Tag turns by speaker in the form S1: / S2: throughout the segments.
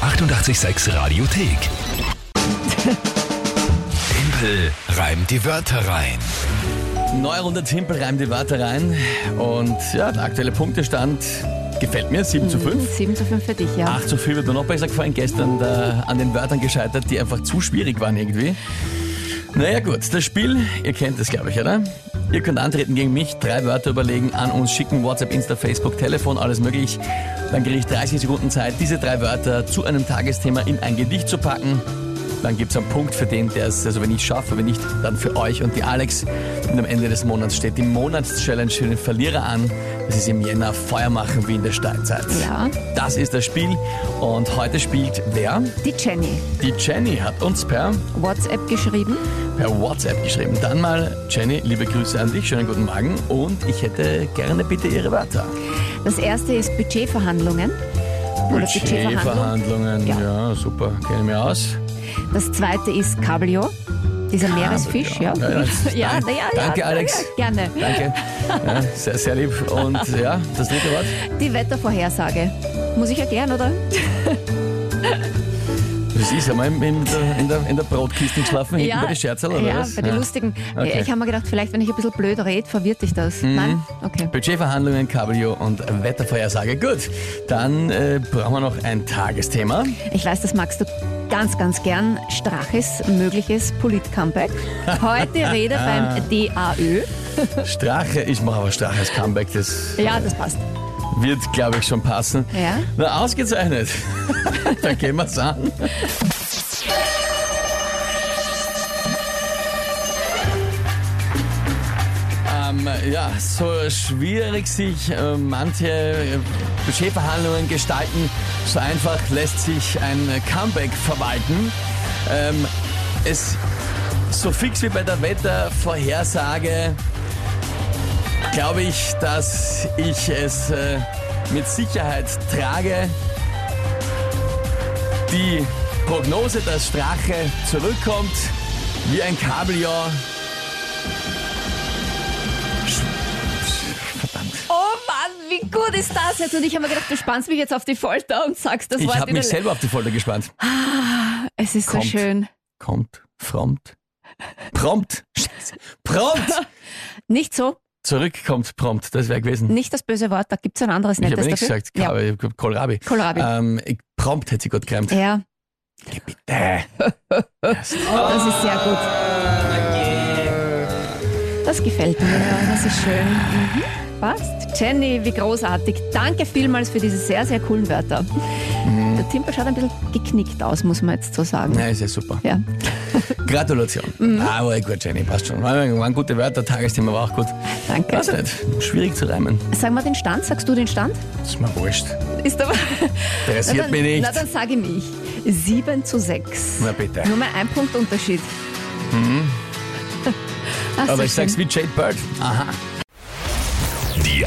S1: 886 Radiothek. Tempel reimt die Wörter rein.
S2: Neue Runde Timpel reimt die Wörter rein. Und ja, der aktuelle Punktestand gefällt mir, 7 zu 5.
S3: 7 zu 5 für dich, ja.
S2: 8 zu 4 wird mir noch besser gefallen. Gestern da an den Wörtern gescheitert, die einfach zu schwierig waren irgendwie. Naja gut, das Spiel, ihr kennt es glaube ich, oder? Ihr könnt antreten gegen mich, drei Wörter überlegen, an uns schicken, WhatsApp, Insta, Facebook, Telefon, alles möglich. Dann kriege ich 30 Sekunden Zeit, diese drei Wörter zu einem Tagesthema in ein Gedicht zu packen. Dann gibt es einen Punkt für den, der es, also wenn ich schaffe, wenn nicht, dann für euch und die Alex. Und am Ende des Monats steht die Monatschallenge für den Verlierer an. Das ist im Jänner Feuer machen wie in der Steinzeit.
S3: Ja.
S2: Das ist das Spiel. Und heute spielt wer?
S3: Die Jenny.
S2: Die Jenny hat uns per
S3: WhatsApp geschrieben.
S2: per WhatsApp geschrieben. Dann mal, Jenny, liebe Grüße an dich, schönen guten Morgen und ich hätte gerne bitte Ihre Wörter.
S3: Das erste ist Budgetverhandlungen. Oder Budgetverhandlung.
S2: Budgetverhandlungen, ja.
S3: Ja.
S2: super, kenne ich mir aus.
S3: Das zweite ist Cabrio. Dieser Meeresfisch, ja.
S2: Ja, das ist-
S3: Ja,
S2: danke.
S3: na ja,
S2: Danke,
S3: ja,
S2: Alex.
S3: Ja, gerne.
S2: Danke, ja, sehr, sehr lieb. Und ja, das dritte Wort?
S3: Die Wettervorhersage. Muss ich erklären, oder?
S2: Das ist einmal in, in, der, in, der, in der Brotkiste geschlafen, hinten
S3: ja,
S2: bei den Scherzel, oder
S3: Ja,
S2: was?
S3: bei den lustigen. Äh,
S2: Okay. Mhm.
S3: Ich habe mir gedacht, vielleicht, wenn ich ein bisschen blöd rede, verwirrt dich das. Nein? Okay.
S2: Budgetverhandlungen, Cabrio und Wettervorhersage. Gut, dann äh, brauchen wir noch ein Tagesthema.
S3: Ich weiß, das magst du ganz, ganz gern. Straches, mögliches Polit-Comeback. Heute Rede beim DAÖ.
S2: Strache, ich mache aber Straches Comeback, das
S3: Ja, das passt.
S2: Wird, glaube ich, schon passen.
S3: Ja.
S2: Na, ausgezeichnet. Dann gehen wir's an. Ähm, ja, so schwierig sich äh, manche äh, Budgetverhandlungen gestalten, so einfach lässt sich ein äh, Comeback verwalten. Ähm, es so fix wie bei der Wettervorhersage glaube ich, dass ich es äh, mit Sicherheit trage. Die Prognose, dass Strache zurückkommt, wie ein Kabeljau. Sch- Verdammt.
S3: Oh Mann, wie gut ist das jetzt? Und ich habe mir gedacht, du spannst mich jetzt auf die Folter und sagst das
S2: Ich
S3: Wort
S2: habe
S3: in
S2: mich
S3: der-
S2: selber auf die Folter gespannt.
S3: Es ist
S2: Kommt.
S3: so schön.
S2: Kommt, prompt, prompt, Scheiße, prompt.
S3: Nicht so,
S2: Zurückkommt prompt, das wäre gewesen.
S3: nicht das böse Wort, da gibt es ein anderes
S2: Ich habe
S3: Nettes
S2: nichts
S3: dafür.
S2: gesagt, Ka- ich hab Kohlrabi.
S3: Kohlrabi.
S2: Ähm, ich- prompt hätte sie gut geräumt.
S3: Ja. ja,
S2: Äh.
S3: das ist sehr gut. Das gefällt mir, ja, das ist schön. Mhm. Passt. Jenny, wie großartig. Danke vielmals für diese sehr, sehr coolen Wörter.
S2: Mhm.
S3: Der Timper schaut ein bisschen geknickt aus, muss man jetzt so sagen.
S2: Na, ist ja super.
S3: Ja. Mhm.
S2: Gratulation. Aber gut, Jenny, passt schon. Waren gute Wörter, Tagesthema war auch gut.
S3: Danke.
S2: Weiß ich nicht, schwierig zu reimen.
S3: Sag mal den Stand, sagst du den Stand?
S2: Ist mir wurscht.
S3: Ist aber.
S2: Interessiert
S3: dann,
S2: mich nicht.
S3: Na, dann sage ich. 7 zu 6.
S2: Na bitte.
S3: Nur mal ein Punkt Unterschied. Ach, so
S2: Aber ich
S3: schön.
S2: sag's wie Jade Bird. Aha.
S1: Die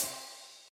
S4: 886